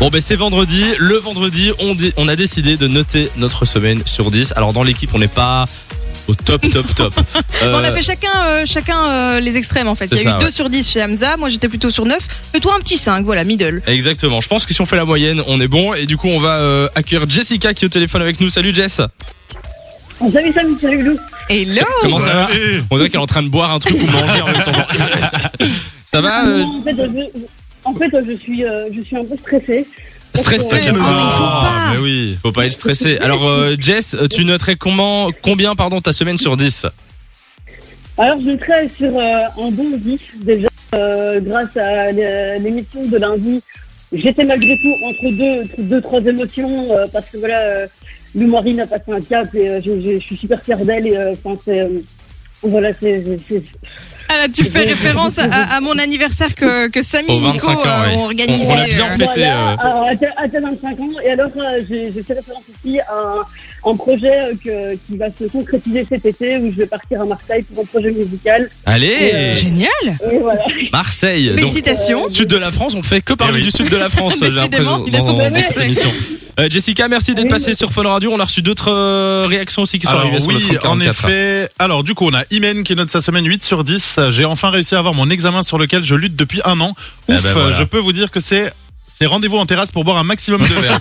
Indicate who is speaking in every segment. Speaker 1: Bon, ben c'est vendredi. Le vendredi, on, dé- on a décidé de noter notre semaine sur 10. Alors, dans l'équipe, on n'est pas au top, top, top.
Speaker 2: Bon, on a
Speaker 1: Euh,
Speaker 2: fait chacun, euh, chacun euh, les extrêmes en fait. Il y
Speaker 1: C'est
Speaker 2: a
Speaker 1: ça,
Speaker 2: eu 2
Speaker 1: ouais.
Speaker 2: sur 10 chez Hamza, moi j'étais plutôt sur 9, et toi un petit 5, voilà, middle.
Speaker 1: Exactement. Je pense que si on fait la moyenne, on est bon. Et du coup, on va euh, accueillir Jessica qui est au téléphone avec nous. Salut Jess.
Speaker 3: Salut Sam, salut Lou.
Speaker 2: Hello
Speaker 1: Comment ça va
Speaker 4: Ouais.
Speaker 1: On dirait qu'elle est en train de boire un truc ou manger en même temps. Ça va euh,
Speaker 3: Non, en fait, je, en fait, je suis, euh, je suis un peu stressée. Parce que-
Speaker 1: Stressé.
Speaker 4: Ouais, mais
Speaker 1: Ah,
Speaker 4: non,
Speaker 2: faut pas.
Speaker 1: mais oui, faut pas être stressé. Alors euh, Jess, tu noterais comment, combien pardon ta semaine sur 10
Speaker 3: Alors, je serai sur euh, un bon 10 déjà, euh, grâce à l'é- l'émission de lundi. J'étais malgré tout entre deux, deux trois émotions, euh, parce que voilà, euh, Lou Marine a passé un cap et euh, je, je- je suis super fière d'elle. Et euh, enfin, c'est. euh, voilà, c'est. c'est- c'est-
Speaker 2: Ah là, tu fais référence à, à- à mon anniversaire que, que Samy
Speaker 1: Au
Speaker 2: et Nico
Speaker 1: 25 ans,
Speaker 2: euh,
Speaker 1: oui.
Speaker 2: ont organisé.
Speaker 1: On- on l'a bien
Speaker 2: euh,
Speaker 1: fait. Fêter,
Speaker 3: Voilà,
Speaker 1: euh,
Speaker 3: à, à tes- à tes 25 ans. Et alors, euh, j'ai j'ai fait référence aussi à un, un projet euh, que, qui va se concrétiser cet été, où je vais partir à Marseille pour un projet musical.
Speaker 1: Allez,
Speaker 2: Génial
Speaker 3: Et voilà.
Speaker 1: Marseille. Donc
Speaker 2: Félicitations
Speaker 1: sud de la France, on fait que parler
Speaker 4: Eh oui.
Speaker 1: du sud de la France. J'ai l'impression
Speaker 2: Décidément, il a
Speaker 1: dans,
Speaker 2: son
Speaker 1: dans
Speaker 3: petit
Speaker 1: cette
Speaker 2: succès.
Speaker 1: émission. Euh, Jessica, merci d'être
Speaker 3: Oui.
Speaker 1: passée sur Fun Radio. On a reçu d'autres euh, réactions aussi qui sont
Speaker 4: Alors,
Speaker 1: arrivées sur le hein.
Speaker 4: oui,
Speaker 1: 30
Speaker 4: en
Speaker 1: 44.
Speaker 4: effet. Alors, du coup, on a Imen qui note sa semaine 8 sur 10. J'ai enfin réussi à avoir mon examen sur lequel je lutte depuis un an.
Speaker 1: Eh
Speaker 4: Ouf,
Speaker 1: ben, voilà.
Speaker 4: je peux vous dire que c'est c'est rendez-vous en terrasse pour boire un maximum de verre.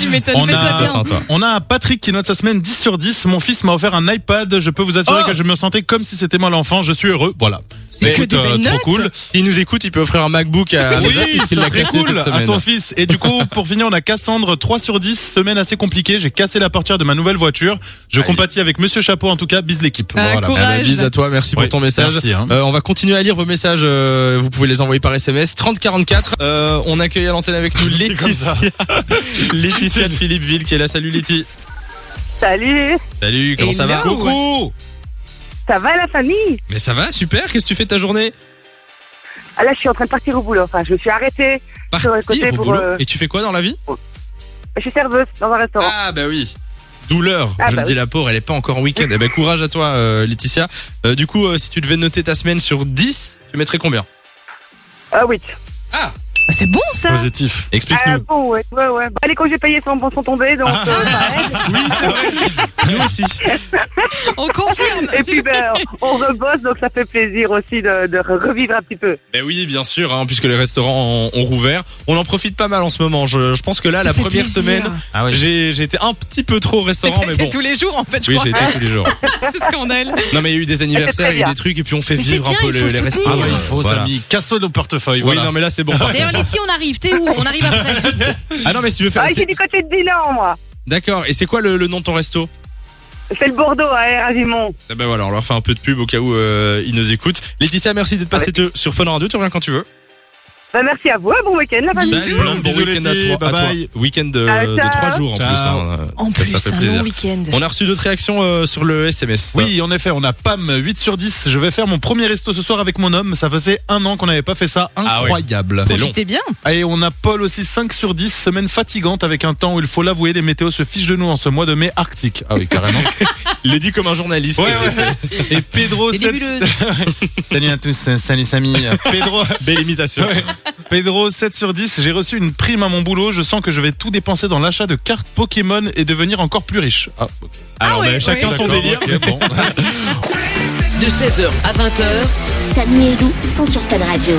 Speaker 2: Tu m'étonnes,
Speaker 4: On
Speaker 2: fais ça
Speaker 4: a-
Speaker 2: bien.
Speaker 1: toi.
Speaker 4: On a un Patrick qui note sa semaine 10 sur 10. Mon fils m'a offert un iPad. Je peux vous assurer
Speaker 1: Oh
Speaker 4: que je me sentais comme si c'était moi l'enfant. Je suis heureux. Voilà.
Speaker 2: C'est que
Speaker 4: Écoute, euh,
Speaker 2: des belles
Speaker 4: trop
Speaker 2: notes.
Speaker 4: cool.
Speaker 1: S'il nous écoute, il peut offrir un MacBook à
Speaker 4: Oui,
Speaker 1: Hamza, Ah, puisqu'il
Speaker 4: ça
Speaker 1: l'a
Speaker 4: serait
Speaker 1: classé
Speaker 4: cool
Speaker 1: cette
Speaker 4: à
Speaker 1: semaine.
Speaker 4: ton fils. Et du coup, pour finir, on a Cassandre, 3 sur 10, semaine assez compliquée. J'ai cassé la portière de ma nouvelle voiture. Je
Speaker 1: Allez.
Speaker 4: compatis avec Monsieur Chapeau, en tout cas, bise l'équipe.
Speaker 2: Ah, cool.
Speaker 1: Eh ben,
Speaker 2: Courage.
Speaker 1: bise à toi, merci pour
Speaker 4: Oui,
Speaker 1: ton message.
Speaker 4: merci, hein.
Speaker 1: Euh, on va continuer à lire vos messages. euh, vous pouvez les envoyer par SMS 3044. Euh, on accueille à l'antenne avec nous
Speaker 4: comme ça.
Speaker 1: Laetitia. Laetitia de Philippeville qui est là. Salut Laetitia.
Speaker 5: Salut,
Speaker 1: Salut, comment ça va
Speaker 2: Hello.
Speaker 1: Coucou
Speaker 5: ça va la famille
Speaker 1: Mais ça va, super. Qu'est-ce que tu fais de ta journée
Speaker 5: Ah là, je suis en train de partir au boulot. Enfin, je me suis arrêtée.
Speaker 1: Partir
Speaker 5: le côté
Speaker 1: au
Speaker 5: pour,
Speaker 1: boulot.
Speaker 5: euh,
Speaker 1: Et tu fais quoi dans la vie
Speaker 5: Je suis serveuse dans un restaurant.
Speaker 1: Ah bah oui. Douleur,
Speaker 5: Ah,
Speaker 1: je
Speaker 5: bah
Speaker 1: le dis la pauvre, elle est pas encore en week-end. Eh ben courage à toi euh, Laetitia. Euh, du coup, euh, si tu devais noter ta semaine sur 10, tu mettrais combien
Speaker 5: Ah oui.
Speaker 2: Ah, C'est bon ça
Speaker 4: Positif.
Speaker 5: Ah
Speaker 1: Explique-nous.
Speaker 5: bon, ouais, ouais, ouais. Bah, les congés payés sont, sont tombés, donc
Speaker 4: Ah.
Speaker 5: euh, ça aide.
Speaker 1: Oui, c'est vrai. Nous aussi.
Speaker 2: On confirme
Speaker 5: Et puis, ben, on rebosse, donc ça fait plaisir aussi de, de re- revivre un petit peu.
Speaker 1: Ben oui, bien sûr, hein, puisque les restaurants ont, ont rouvert. On en profite pas mal en ce moment. Je, je pense que là, la
Speaker 2: Ça fait
Speaker 1: première
Speaker 2: plaisir.
Speaker 1: semaine,
Speaker 4: Ah
Speaker 1: j'ai j'étais un petit peu trop au restaurant, mais
Speaker 2: T'es
Speaker 1: bon.
Speaker 2: tous les jours en fait, je
Speaker 1: Oui,
Speaker 2: crois.
Speaker 1: j'ai été tous les jours.
Speaker 2: C'est scandale.
Speaker 1: Non, mais il y a eu des anniversaires, il y a eu des trucs, et puis on fait
Speaker 2: Mais c'est
Speaker 1: vivre
Speaker 2: bien,
Speaker 1: un peu le-
Speaker 2: il faut
Speaker 1: les
Speaker 2: soutenir.
Speaker 1: restaurants.
Speaker 2: Ah oui,
Speaker 4: il faut,
Speaker 1: Voilà.
Speaker 4: Sami. Cassons nos portefeuilles.
Speaker 1: Oui,
Speaker 4: Voilà.
Speaker 1: non, mais là, c'est bon.
Speaker 2: D'ailleurs, Laetitia, on arrive. T'es où On arrive après.
Speaker 1: Ah non, mais si tu veux faire.
Speaker 5: Ah, je
Speaker 1: c'est-
Speaker 5: suis du côté de Dinan, moi.
Speaker 1: D'accord. Et c'est quoi le, le nom de ton resto
Speaker 5: C'est le Bordeaux hein, à Air Azimont.
Speaker 1: Ah Ben voilà, on leur fait un peu de pub au cas où euh, ils nous écoutent. Laetitia, merci d'être passée te- sur Fun Radio. Tu reviens quand tu veux.
Speaker 5: Ben, merci à vous. un Bon week-end, la famille.
Speaker 1: Salut,
Speaker 4: Plein de
Speaker 1: bon
Speaker 4: bisous,
Speaker 1: week-end à
Speaker 4: Laetitia.
Speaker 1: toi. à toi.
Speaker 4: Bye bye.
Speaker 1: Week-end
Speaker 5: Ah,
Speaker 1: de, de
Speaker 5: ciao.
Speaker 1: trois jours en plus.
Speaker 4: Ciao.
Speaker 1: hein.
Speaker 2: En
Speaker 1: Ça
Speaker 2: plus,
Speaker 1: fait
Speaker 2: un
Speaker 1: plaisir.
Speaker 2: long week-end.
Speaker 1: On a reçu d'autres réactions euh, sur le SMS.
Speaker 4: Oui, en effet, on a Pam, 8 sur 10. Je vais faire mon premier resto ce soir avec mon homme. Ça faisait un an qu'on n'avait pas fait ça.
Speaker 1: Ah oui.
Speaker 4: Incroyable.
Speaker 1: C'est long.
Speaker 2: Profitez bien.
Speaker 4: Et on a Paul aussi, 5 sur 10. Semaine fatigante avec un temps où il faut l'avouer, les météos se fichent de nous en ce mois de mai arctique. Ah oui, carrément.
Speaker 1: Il le dit comme un journaliste.
Speaker 4: Et Pedro,
Speaker 2: Des
Speaker 4: 7...
Speaker 2: nébuleuses.
Speaker 4: Salut à tous, euh, salut Samy. Pedro,
Speaker 1: Belle imitation.
Speaker 4: Ouais. Pedro, 7 sur 10. J'ai reçu une prime à mon boulot. Je sens que je vais tout dépenser dans l'achat de cartes Pokémon et devenir encore plus riche. Ah, ok.
Speaker 1: Alors,
Speaker 2: ouais,
Speaker 1: bah, chacun son
Speaker 4: D'accord,
Speaker 1: délire.
Speaker 4: ok, bon.
Speaker 6: De 16h à 20h,
Speaker 7: Samy et Lou sont sur Fan Radio.